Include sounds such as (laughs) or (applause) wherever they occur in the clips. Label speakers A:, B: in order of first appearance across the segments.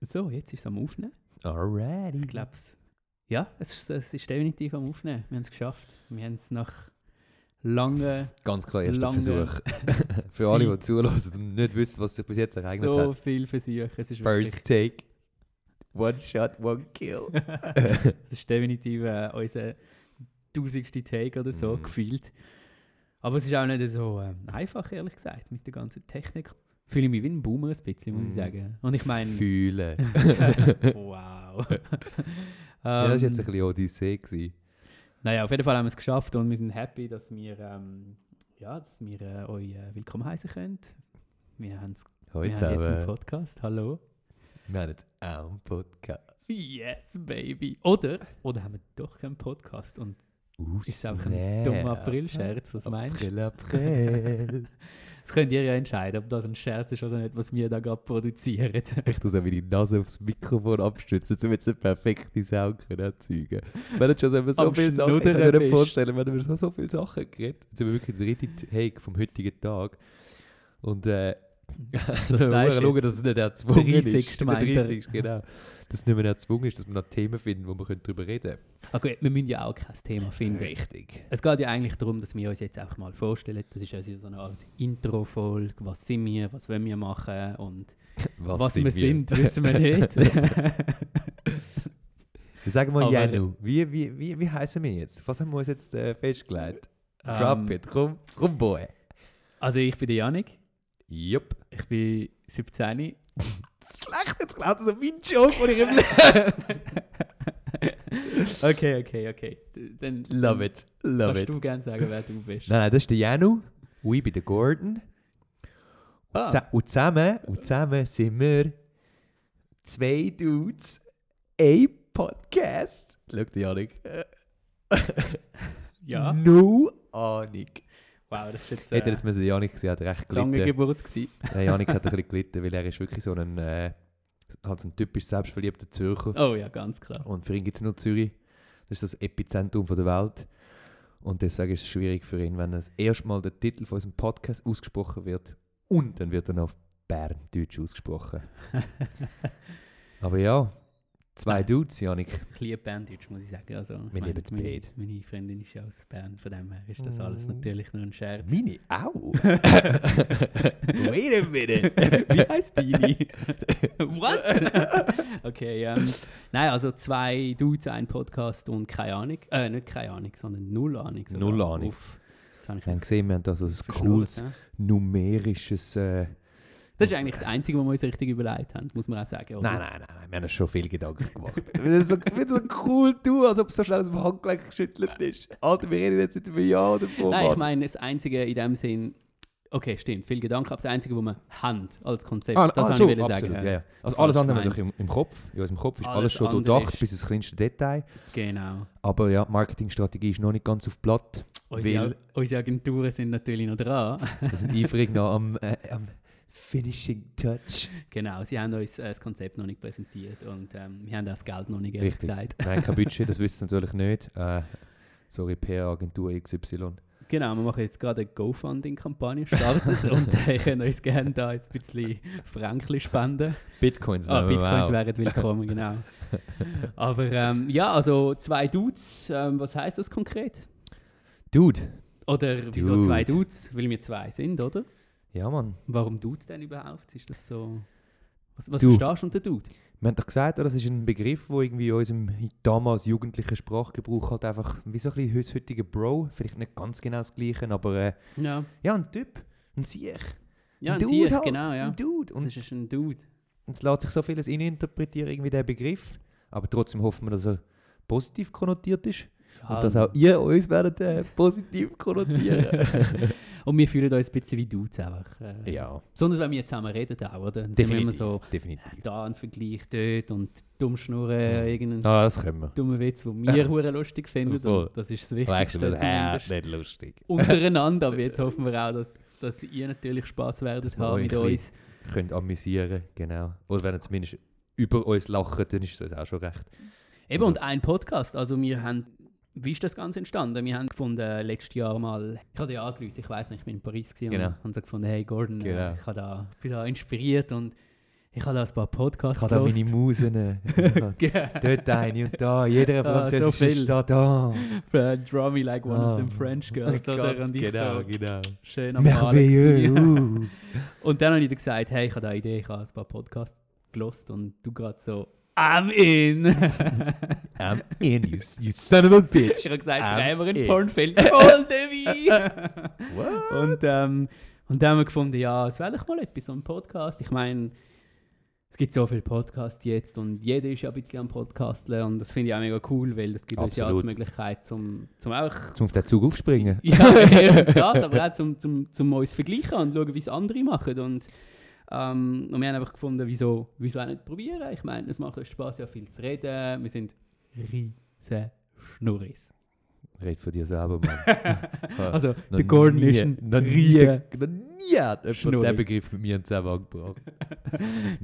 A: So, jetzt ist es am Aufnehmen.
B: Alrighty.
A: Ich glaube es. Ja, es ist, es ist definitiv am Aufnehmen. Wir haben es geschafft. Wir haben es nach langen,
B: Ganz klar, erster
A: lange (laughs)
B: Versuch. Für alle, die
A: Zeit.
B: zulassen und nicht wissen, was sich bis jetzt ereignet
A: so
B: hat.
A: viel Versuchen. Es ist
B: First take. One shot, one kill.
A: wirklich. es ist definitiv äh, unser tausendste Take oder so
B: Mhm.
A: gefühlt. Aber es ist auch nicht so äh, einfach, ehrlich gesagt, mit der ganzen Technik. Fühle ich mich wie ein Boomer ein bisschen, muss ich
B: Mhm.
A: sagen. Und (laughs) ich ähm, meine.
B: Fühlen.
A: (laughs)
B: (laughs)
A: wow.
B: ja, das war
A: Ähm,
B: jetzt ein bisschen Odyssee. Gewesen.
A: Naja, auf jeden Fall haben wir es geschafft und wir sind happy, dass wir, ähm, ja, dass wir äh, euch äh, willkommen heißen können. Wir, haben's,
B: Heute
A: wir haben jetzt einen
B: zusammen.
A: Podcast. Hallo.
B: Wir haben jetzt auch einen Podcast.
A: Yes, baby. Oder, oder haben wir doch keinen Podcast und
B: Aus
A: ist es einfach ein dummer April-Scherz, was meinst du?
B: April, April.
A: Das könnt ihr ja entscheiden, ob das ein Scherz ist oder nicht, was wir da gerade produzieren. (laughs)
B: Ich tue so meine Nase aufs Mikrofon abstützen, damit sie perfekte Sound können erzeugen Wir haben schon so, so
A: Am
B: viele Sachen, ich kann mir
A: Schnuddern
B: nicht
A: bist.
B: vorstellen, wir haben schon so viele Sachen geredet. Jetzt sind wir wirklich der dritte Take vom heutigen Tag. Und äh,
A: Das
B: da
A: sagst
B: wir schauen,
A: jetzt.
B: dass es nicht erzwungen
A: 30.
B: ist. Der
A: meint er.
B: 30. genau. Dass es nicht mehr erzwungen ist, dass wir noch Themen finden, wo wir können darüber reden
A: Okay, wir müssen ja auch kein Thema
B: können.
A: finden.
B: Richtig.
A: Es geht ja eigentlich darum, dass wir uns jetzt einfach mal vorstellen. Das ist ja so eine Art Intro-Folge. Was sind wir? Was wollen wir machen? Und
B: Was,
A: Was,
B: sind
A: wir sind, wissen wir nicht.
B: Sagen wir
A: Aber-
B: Janu, wie, wie, wie, wie heißen wir jetzt? Was haben wir uns jetzt äh, festgelegt?
A: (laughs) Ähm,
B: (laughs) Drop it, komm, komm, boy.
A: Also ich bin der Janik,
B: Jupp.
A: ich bin 17.
B: Schlecht, jetzt klaut er so meinen Joke, den ich im Leben...
A: Okay, okay, okay. D- Dann
B: Love it, love
A: Kannst
B: it.
A: du
B: Nein,
A: gerne sagen, wer du bist?
B: nein, das ist der Janu. Und ich bin der Gordon. Und,
A: Ah.
B: za- und, zusammen, und zusammen sind wir zwei Dudes, ein Podcast. Schau dir Janik. Äh,
A: (laughs) Ja.
B: No Ahnung.
A: Wow, das ist jetzt
B: Hätte er
A: äh,
B: jetzt müssen, Janik gesehen, hat er recht gelitten.
A: Zangengeburt gewesen.
B: Nein, Janik hat ein bisschen gelitten, weil er ist wirklich so ein, äh, ganz ein typisch selbstverliebter Zürcher.
A: Oh ja, ganz klar.
B: Und für ihn gibt es nur Zürich. Das ist das Epizentrum von der Welt. Und deswegen ist es schwierig für ihn, wenn das erste Mal der Titel von unserem Podcast ausgesprochen wird und dann wird er noch auf Berndeutsch
A: (laughs)
B: ausgesprochen. Aber ja, zwei Dudes, Janik.
A: Ich liebe Berndeutsch, muss ich sagen. Also, ich
B: Wir
A: meine,
B: lieben's
A: meine,
B: beide.
A: meine Freundin ist ja aus Bern, von dem her ist das
B: Mm.
A: alles natürlich nur ein Scherz.
B: Meine auch. (laughs)
A: Wait
B: a minute.
A: (laughs) Wie heißt
B: (laughs)
A: Dini? What? (laughs) okay, ähm, nein, also zwei Dudes, ein Podcast und keine Ahnung. Äh, nicht keine Ahnung, sondern null Ahnung. sogar.
B: Null Ahnung.
A: Uff, das habe ich
B: Wir haben
A: jetzt
B: gesehen, wir haben da so ein
A: verschnurrt,
B: cooles
A: ja.
B: numerisches. Äh,
A: Das ist eigentlich das Einzige, was wir uns richtig überlegt haben, muss man auch sagen.
B: Nein, nein, nein, nein, wir haben uns schon viel Gedanken
A: (laughs)
B: gemacht. Wenn so, wenn so cool du, als ob so schnell aus dem Handgelenk geschüttelt ist. Alter, wir reden jetzt seit einem Jahr davon.
A: Nein, ich
B: Mann.
A: meine, das Einzige in dem Sinn, okay, stimmt, viel Gedanken, aber das Einzige, was wir haben als Konzept,
B: Ah,
A: das
B: ah,
A: habe
B: so,
A: ich wollen
B: absolut,
A: sagen.
B: ja, ja. Also
A: war
B: alles
A: das
B: andere haben wir
A: gemeint.
B: doch im, im Kopf. In unserem Kopf ist
A: Alles
B: alles, schon
A: andere
B: durchdacht
A: ist-
B: bis ins kleinste Detail.
A: Genau.
B: Aber ja, Marketingstrategie ist noch nicht ganz auf Blatt.
A: Unsere,
B: Weil-
A: unsere Agenturen sind natürlich noch dran.
B: Wir sind eifrig noch am, äh, am Finishing Touch.
A: Genau, sie haben uns äh, das Konzept noch nicht präsentiert und ähm, wir haben auch das Geld noch nicht ehrlich
B: Richtig.
A: gesagt.
B: Nein, kein Budget, das wissen sie natürlich nicht. Äh, sorry, PR-Agentur XY.
A: Genau, wir machen jetzt gerade eine GoFunding-Kampagne
B: (laughs)
A: startet und äh, ihr könnt uns gerne da jetzt ein bisschen Franken spenden.
B: Bitcoins
A: Ah,
B: nehmen wir
A: Bitcoins
B: auch.
A: wären willkommen, genau. Aber ähm, ja, also zwei Dudes, ähm, was heißt das konkret?
B: Dude.
A: Oder wieso
B: Dude.
A: zwei Dudes? Weil wir zwei sind, oder?
B: Ja, Mann.
A: Warum Dudes denn überhaupt? Ist das so... Was, was
B: Du.
A: verstehst du unter Dude?
B: Wir haben doch gesagt, oder? das ist ein Begriff, der irgendwie in unserem damals jugendlichen Sprachgebrauch halt einfach wie so ein bisschen das heutige Bro, vielleicht nicht ganz genau das gleiche, aber äh,
A: Ja,
B: ja, ein Typ, ein Sieg,
A: ja ein
B: Dude
A: Sieg,
B: halt.
A: genau, ja.
B: ein Dude. Und
A: Das ist ein Dude.
B: es lässt sich so vieles ininterpretieren, irgendwie der Begriff. Aber trotzdem hoffen wir, dass er positiv konnotiert ist
A: Ja,
B: und dass auch ihr uns werdet äh, positiv (laughs) konnotieren.
A: (laughs) Und wir fühlen uns ein bisschen wie Dudes einfach. Äh,
B: ja,
A: Besonders wenn wir zusammen reden auch, oder? Dann sind wir immer
B: definitiv.
A: so
B: definitiv.
A: da ein Vergleich dort und dumm schnurren, äh, irgendeinen
B: Ah, das können wir.
A: dummen Witz, den
B: (laughs)
A: wir hure lustig finden.
B: Voll.
A: Und das ist das
B: Aber
A: Wichtigste
B: eigentlich ist das
A: zumindest.
B: äh, nicht lustig.
A: Untereinander, aber
B: (laughs)
A: jetzt hoffen wir auch, dass, dass ihr natürlich Spass werdet
B: wir
A: haben
B: euch
A: mit
B: ein
A: uns.
B: Könnt amüsieren, genau. Oder wenn ihr zumindest über uns lachen, dann ist es uns auch schon recht.
A: Eben, und ein Podcast. Also wir haben, wie ist das Ganze entstanden? Wir haben gefunden, letztes Jahr mal, ich habe ja angerufen, ich weiß nicht, ich bin in Paris gewesen
B: Genau.
A: und habe so gefunden, hey Gordon, äh,
B: Genau.
A: ich habe da, bin da inspiriert und Ich habe da ein paar
B: Ich
A: Podcasts
B: habe da meine
A: gehört. (laughs)
B: Musen. Ich hab Dort eine und da, jeder
A: Ah,
B: französische
A: so viel.
B: Stadt da.
A: (laughs) Äh, Draw me like one
B: Ah.
A: of them
B: (laughs)
A: French girls. Oder?
B: Ganz
A: Und ich
B: genau,
A: so
B: genau.
A: schön am Malen. (laughs)
B: Merveilleux. (laughs)
A: gewesen.
B: uh.
A: (laughs) Und dann habe ich dir gesagt, hey, ich habe da eine Idee, ich habe ein paar Podcasts gelost und du gerade so, I'm in. (laughs) ich
B: I'm in, Ähm, you, you son of a bitch.
A: habe gesagt,
B: I'm
A: drehen wir einen
B: in.
A: Pornfilm. Voll
B: (laughs)
A: dabei!
B: What?
A: und, ähm, und dann haben wir gefunden, ja, es wäre doch mal etwas, so ein Podcast. Ich meine, es gibt so viele Podcasts jetzt und jeder ist ja ein bisschen am Podcasteln und das finde ich auch mega cool, weil das gibt uns ja auch
B: Absolut.
A: die Möglichkeit, zum, zum auch
B: Zum auf den Zug aufspringen.
A: (laughs) ja, erstens das, aber auch zum, zum, zum uns vergleichen und schauen, wie es andere machen. Und, ähm, und wir haben einfach gefunden, wieso, wieso auch nicht probieren. Ich meine, es macht uns Spaß, ja viel zu reden. Wir sind riesen Schnurris.
B: Red von dir selber, Mann.
A: Also,
B: Äh,
A: (laughs)
B: Noch
A: der Gordon
B: nie-
A: ist ein
B: noch nie,
A: riesen-
B: noch nie hat jemand
A: Schnurri.
B: den Begriff mit mir in Zusammenhang
A: (laughs)
B: gebracht.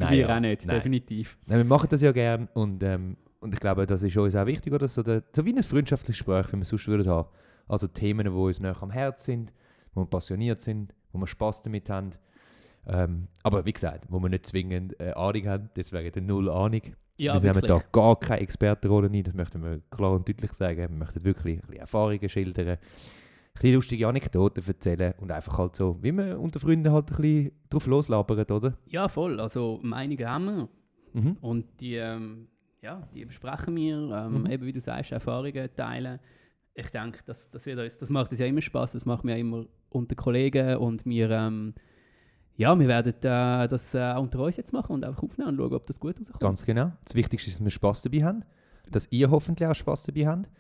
A: wir auch nicht,
B: Nein.
A: definitiv.
B: Nein, wir machen das ja gern und, ähm, und ich glaube, das ist uns auch wichtig, oder? So, der, so wie ein freundschaftliches Gespräch, wie wir es sonst würden haben. Also Themen, die uns näher am Herz sind, wo wir passioniert sind, wo wir Spaß damit haben. Ähm, aber wie gesagt, wo wir nicht zwingend äh, Ahnung haben, deswegen der Null Ahnung.
A: Ja,
B: wir nehmen da
A: wirklich.
B: gar keine Expertenrolle ein, das möchten wir klar und deutlich sagen. Wir möchten wirklich ein bisschen Erfahrungen schildern, ein bisschen lustige Anekdoten erzählen und einfach halt so, wie wir unter Freunden halt ein bisschen drauf loslabern, oder?
A: Ja, voll. Also, Meinungen haben wir.
B: Mhm.
A: Und die, ähm, ja, die besprechen wir, ähm,
B: Mhm.
A: eben wie du sagst, Erfahrungen teilen. Ich denke, das, das, wird uns, das macht uns ja immer Spaß, das machen wir ja immer unter Kollegen und wir, ähm, ja, wir werden äh, das äh, auch unter uns jetzt machen und einfach aufnehmen und schauen, ob das gut rauskommt.
B: Ganz genau. Das Wichtigste ist, dass wir Spass dabei haben. Dass ihr hoffentlich auch Spass dabei habt.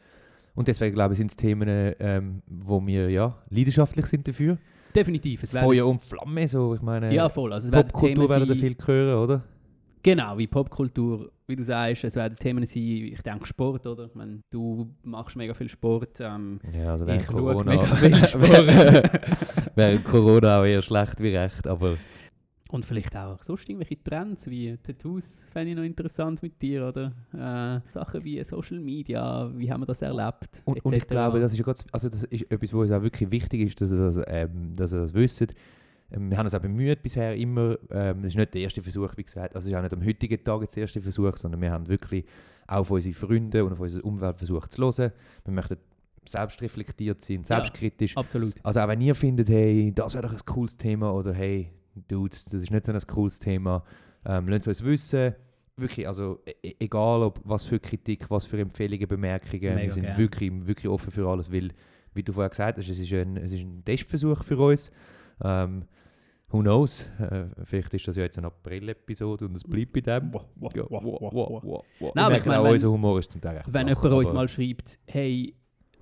B: Und deswegen glaube ich, sind es Themen, äh, ähm, wo wir ja leidenschaftlich sind dafür.
A: Definitiv. Es werden,
B: Feuer und Flamme, so ich meine.
A: ja, voll. Also es werden Themen
B: Popkultur werden da
A: sein,
B: viel hören, oder?
A: Genau, wie Popkultur, wie du sagst, es werden Themen sein, ich denke Sport, oder? Ich meine, du machst mega viel Sport. Ähm,
B: Ja, also
A: ich
B: während
A: schaue
B: Corona. (laughs)
A: mega viel Sport. (laughs)
B: während Corona auch eher schlecht wie recht, aber
A: Und vielleicht auch sonst irgendwelche Trends wie Tattoos fände ich noch interessant mit dir, oder? Äh, Sachen wie Social Media, wie haben wir das erlebt?
B: Und, und ich
A: etc..
B: glaube, das ist, ja ganz, also das ist etwas, was uns auch wirklich wichtig ist, dass ihr das, ähm, dass ihr das wisst. Ähm, wir haben uns auch bemüht bisher immer. Ähm, das ist nicht der erste Versuch, wie gesagt. Also es ist auch nicht am heutigen Tag jetzt der erste Versuch, sondern wir haben wirklich auch auf unsere Freunde und auf unser Umfeld versucht zu hören. Wir möchten selbstreflektiert sein,
A: Ja.
B: selbstkritisch.
A: Absolut.
B: Also auch wenn ihr findet, hey, das wäre doch ein cooles Thema oder hey, Dudes, das ist nicht so ein cooles Thema, ähm, lasst uns wissen. Wirklich, also e egal ob was für Kritik, was für Empfehlungen, Bemerkungen, wir
A: Mega
B: sind
A: gern.
B: wirklich, wirklich offen für alles, weil, wie du vorher gesagt hast, es ist ein, es ist ein Testversuch für uns. Ähm, who knows, äh, vielleicht ist das ja jetzt eine April-Episode und es bleibt bei dem. Ja, wow, wow, wow, wow. Wir
A: aber ich
B: merken
A: meine,
B: auch,
A: wenn-
B: unser Humor ist zum Teil recht
A: Wenn
B: flach,
A: jemand uns
B: aber-
A: mal schreibt, hey,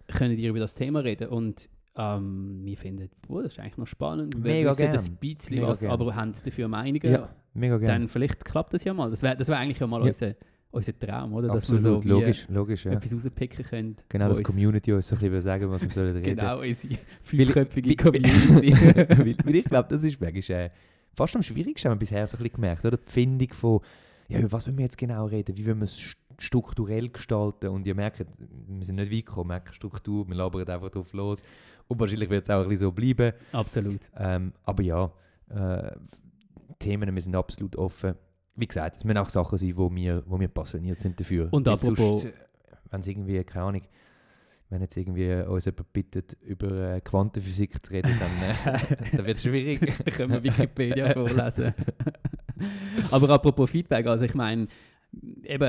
A: könnt ihr über das Thema reden? Und ähm, wir finden, boah, das ist eigentlich noch spannend. Wir
B: Mega
A: wissen
B: gern.
A: ein bisschen
B: Mega
A: was,
B: gern.
A: aber haben dafür Meinungen.
B: Ja, Mega gerne.
A: Dann vielleicht klappt das ja mal. Das wäre das wär eigentlich ja mal
B: Ja.
A: unser, unser Traum, oder? Dass
B: Absolut,
A: wir so wie
B: logisch, logisch, ja.
A: etwas rauspicken können.
B: Genau,
A: wo
B: dass die
A: uns-
B: Community uns so ein bisschen sagen, was wir
A: (laughs)
B: sollen reden.
A: Genau,
B: (laughs)
A: unsere
B: Weil-
A: fünfköpfige
B: weil-
A: Community.
B: (laughs) weil, weil ich glaube, das ist manchmal äh, fast am schwierigsten, haben wir bisher so ein bisschen gemerkt, oder? Die Findung von, ja, über was wollen wir jetzt genau reden, wie wollen wir es st- strukturell gestalten und ihr merkt, wir sind nicht weit gekommen, wir haben keine Struktur, wir labern einfach drauf los und wahrscheinlich wird es auch ein bisschen so bleiben.
A: Absolut.
B: (laughs) Ähm, aber ja, äh, Themen, wir sind absolut offen. Wie gesagt, es müssen auch Sachen sein, wo wir, wo wir passioniert sind dafür.
A: Und
B: Weil
A: apropos-
B: sonst, äh, Wenn es irgendwie, keine Ahnung, wenn jetzt irgendwie uns jemand bittet, über äh, Quantenphysik zu reden, dann, äh, (laughs) dann wird es schwierig.
A: Da können wir (laughs) Wikipedia vorlesen. Aber apropos Feedback, also ich meine, eben,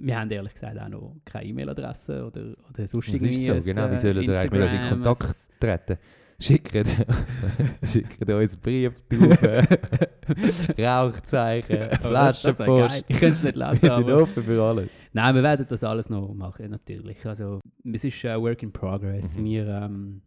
A: wir haben ehrlich gesagt auch noch keine E-Mail-Adresse oder, oder sonst
B: Das ist
A: irgendwie
B: so,
A: ein,
B: genau. Wie
A: äh,
B: sollen wir eigentlich mit uns in
A: Instagram,
B: Kontakt
A: ein-
B: Treten. (laughs) Schickt, schickt uns Brieftauben,
A: (laughs)
B: (laughs) Rauchzeichen,
A: das- das wär geil.
B: Flaschenpost.
A: Ich könnte es nicht
B: (laughs)
A: lesen,
B: Wir sind
A: aber...
B: offen für alles.
A: Nein, wir werden das alles noch machen, natürlich. Also, es ist äh, Work in Progress.
B: Mhm.
A: Wir, ähm,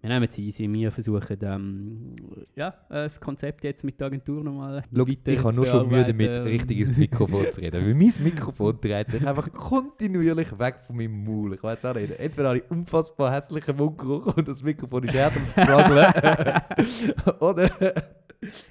A: wir nehmen es easy. Wir versuchen, ähm, ja, äh, das Konzept jetzt mit der Agentur nochmal
B: Schau,
A: weiter
B: ich habe nur
A: zu
B: schon Mühe damit,
A: bearbeiten.
B: richtig ins Mikrofon zu reden. Weil mein Mikrofon dreht sich einfach kontinuierlich weg von meinem Maul. Ich weiß auch nicht. Entweder habe ich unfassbar hässlichen Mundgeruch und das Mikrofon ist hart am (laughs) Strugglen. Oder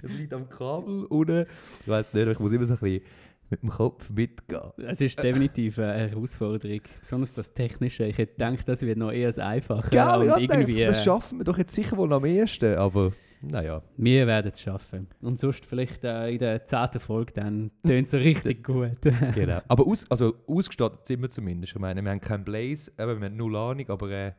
B: es liegt am Kabel unten. Ich weiß nicht, ich muss immer so ein bisschen mit dem Kopf mitgehen.
A: (laughs) Es ist definitiv eine Herausforderung. Besonders das Technische. Ich hätte gedacht, das wird noch eher das Einfache.
B: Gell, ja,
A: Genau, und irgendwie,
B: das
A: äh,
B: schaffen wir doch jetzt sicher wohl am ehesten, aber naja.
A: wir werden es schaffen. Und sonst vielleicht äh, in der zehnten Folge dann tönt
B: (laughs)
A: es richtig gut.
B: Genau. (laughs) Aber aus, also ausgestattet sind wir zumindest. Ich meine, wir haben keinen Blaze, eben, wir haben null Ahnung, aber äh,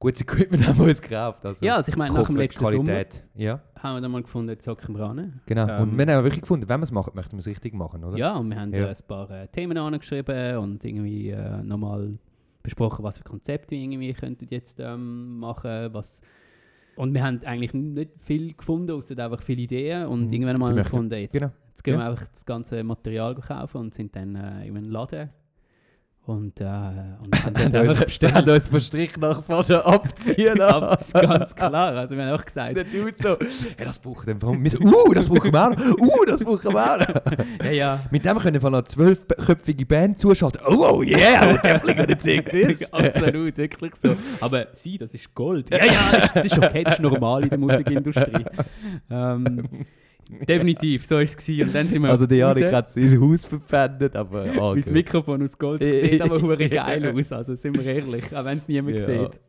B: gutes (laughs) Equipment haben wir uns gekauft. Also,
A: ja, also ich meine,
B: ich
A: nach
B: hoffe,
A: dem letzten
B: Qualität. Ja,
A: Sommer haben wir dann mal gefunden, jetzt hocken wir ran.
B: genau.
A: Ähm,
B: und wir haben wirklich gefunden, wenn wir es machen, möchten wir es richtig machen, oder?
A: Ja, und wir haben
B: Ja.
A: äh, ein paar äh, Themen angeschrieben und irgendwie äh, nochmal besprochen, was für Konzepte wir irgendwie könnten jetzt ähm, machen, was und wir haben eigentlich nicht viel gefunden, außer einfach viele Ideen und
B: Mhm.
A: irgendwann
B: Die
A: mal
B: möchten-
A: gefunden, jetzt,
B: Genau.
A: jetzt gehen wir
B: Ja.
A: einfach das ganze Material kaufen und sind dann äh, in einem Laden und, äh, und haben dann
B: (laughs) Haben uns-
A: einfach
B: haben
A: bestellt.
B: uns den Strich nach
A: (laughs)
B: vorne (laughs) abziehen
A: Aber das
B: lassen.
A: ist ganz klar, also wir haben auch gesagt,
B: (laughs) Der Dude so, hey, das braucht
A: (laughs)
B: den Fall. Wir so, Uh, das brauchen wir auch noch. Uh, das brauchen wir auch noch.
A: ja, ja,
B: Mit dem können wir noch eine zwölfköpfige Band zuschalten. Oh, oh yeah, we're definitely gonna
A: (laughs)
B: take this.
A: Absolut, wirklich so. Aber sie, das ist Gold. Ja, ja, das ist, das ist okay, das ist normal in der
B: (laughs)
A: Musikindustrie. Ähm, definitiv, so war es. gewesen. Und dann sind wir
B: Also die Janik
A: raus,
B: hat sein Haus verpfändet, aber oh,
A: mein Mikrofon aus
B: (laughs)
A: Gold das sieht aber hure geil aus, also sind wir ehrlich, auch wenn es niemand
B: Ja.
A: sieht.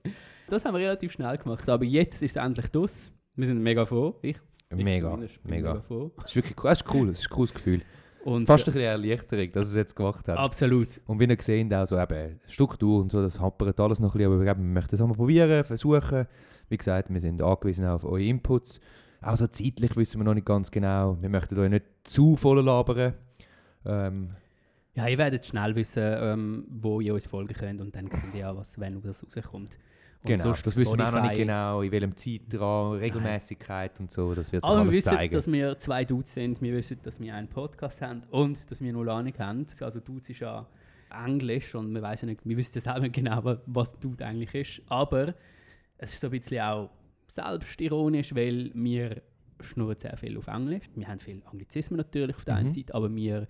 A: Das haben wir relativ schnell gemacht, aber jetzt ist es endlich draus. Wir sind mega froh. Ich, ich
B: Mega,
A: zumindest bin
B: mega.
A: froh.
B: Das ist wirklich cool, das ist cool, das ist ein cooles Gefühl.
A: Und äh,
B: Fast ein bisschen Erleichterung, dass wir es jetzt gemacht haben.
A: absolut.
B: Und wie ihr gesehen auch so eben Struktur und so, das happert alles noch ein bisschen, aber eben, wir möchten es einmal probieren, versuchen. Wie gesagt, wir sind angewiesen auf eure Inputs. Auch so zeitlich wissen wir noch nicht ganz genau. Wir möchten euch nicht zu voll labern. Ähm,
A: Ja, ihr werdet schnell wissen, ähm, wo ihr uns folgen könnt und dann seht ihr auch, was, wenn das rauskommt. Und
B: genau,
A: sonst
B: das wissen wir auch noch nicht
A: Spotify.
B: genau, in welchem Zeitraum, Regelmäßigkeit und so, das wird sich
A: Aber wir
B: alles
A: wissen,
B: zeigen.
A: dass wir zwei Dudes sind. Wir wissen, dass wir einen Podcast haben und dass wir null Ahnung haben. Also Dudes ist ja Englisch und wir wissen nicht, wir wissen ja selber nicht genau, wa- was Dude eigentlich ist. Aber es ist so ein bisschen auch selbstironisch, weil wir schnurren sehr viel auf Englisch. Wir haben viel Anglizismen natürlich auf der einen
B: Mhm.
A: Seite, aber wir,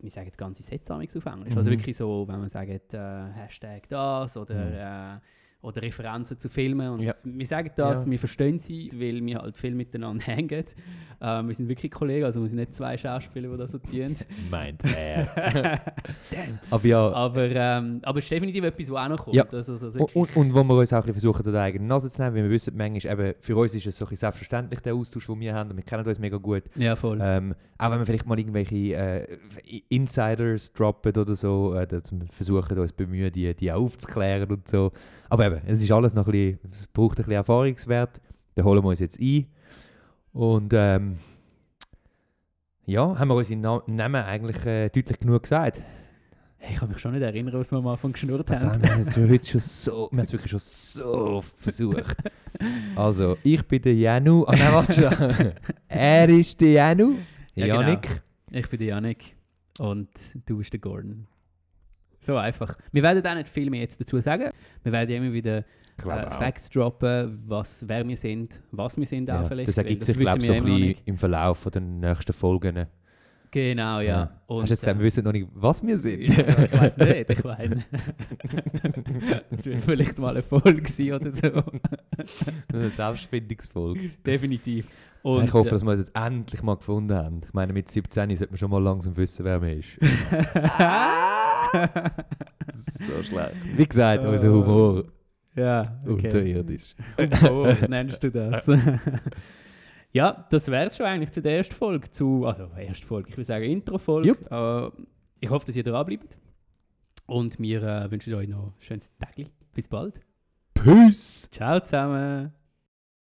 A: wir sagen ganze Sätze manchmal auf Englisch. Also
B: Mhm.
A: wirklich so, wenn man sagt, äh, Hashtag das
B: Mhm.
A: oder, äh, oder Referenzen zu Filmen. Und
B: Ja.
A: wir sagen das,
B: Ja.
A: wir verstehen sie, weil wir halt viel miteinander (laughs) hängen. Ähm, wir sind wirklich Kollegen, also wir sind nicht zwei Schauspieler, die das so tun.
B: Meint
A: (laughs)
B: er. aber ja,
A: aber, ähm, aber es ist definitiv etwas, was auch noch kommt.
B: Ja.
A: Also, also, also
B: Und, und, und wo wir uns auch ein bisschen versuchen, an der eigenen Nase zu nehmen, weil wir wissen, manchmal eben, für uns ist es so ein bisschen selbstverständlich, der Austausch, den wir haben, und wir kennen uns mega gut.
A: ja, voll.
B: Ähm, auch wenn wir vielleicht mal irgendwelche äh, Insiders droppen oder so, äh, dass wir versuchen, uns bemühen, die, die auch aufzuklären und so. Aber eben, es ist alles noch ein bisschen, es braucht ein bisschen Erfahrungswert, da holen wir uns jetzt ein. Und ähm, ja, haben wir unseren Na Namen eigentlich äh, deutlich genug gesagt.
A: Hey, ich kann mich schon nicht erinnern, was wir am Anfang geschnurrt
B: Das
A: haben.
B: haben wir jetzt heute schon so, wir haben es wirklich schon so oft versucht. Also, ich bin der Janu. Ah, nein, warte schon. (laughs) Er ist der Janu.
A: Ja,
B: Janik.
A: Ich bin der Janik und du bist der Gordon. So einfach. Wir werden auch nicht viel mehr jetzt dazu sagen. Wir werden immer wieder äh, Facts droppen, was, wer wir sind, was wir sind auch
B: ja,
A: vielleicht.
B: das
A: weil
B: ergibt sich, glaube ich,
A: wissen wir ja
B: so ein
A: immer noch
B: bisschen
A: nicht.
B: im Verlauf von den nächsten Folgen. Ja.
A: Genau, ja. Und,
B: Hast du jetzt gesagt,
A: äh,
B: wir wissen noch nicht, was wir
A: (laughs)
B: sind?
A: ich weiß
B: (laughs)
A: nicht, ich meine. das wird vielleicht mal ein Erfolg sein oder so. (laughs)
B: Eine Selbstfindungsfolge.
A: Definitiv. Und, äh,
B: ich hoffe, dass wir uns jetzt endlich mal gefunden haben. Ich meine, mit 17 sollte man schon mal langsam wissen, wer man ist. (laughs) so schlecht. Wie gesagt,
A: Oh.
B: unser Humor
A: (laughs) ja, okay. (laughs)
B: unterirdisch.
A: Oh, nennst du das? (laughs) ja, das wäre es schon eigentlich zu der ersten Folge. Zu, also, erste Folge, ich will sagen Intro-Folge.
B: Jupp.
A: Äh, ich hoffe, dass ihr dranbleibt. Und wir äh, wünschen euch noch ein schönes Tag. Bis bald.
B: Peace!
A: Ciao zusammen.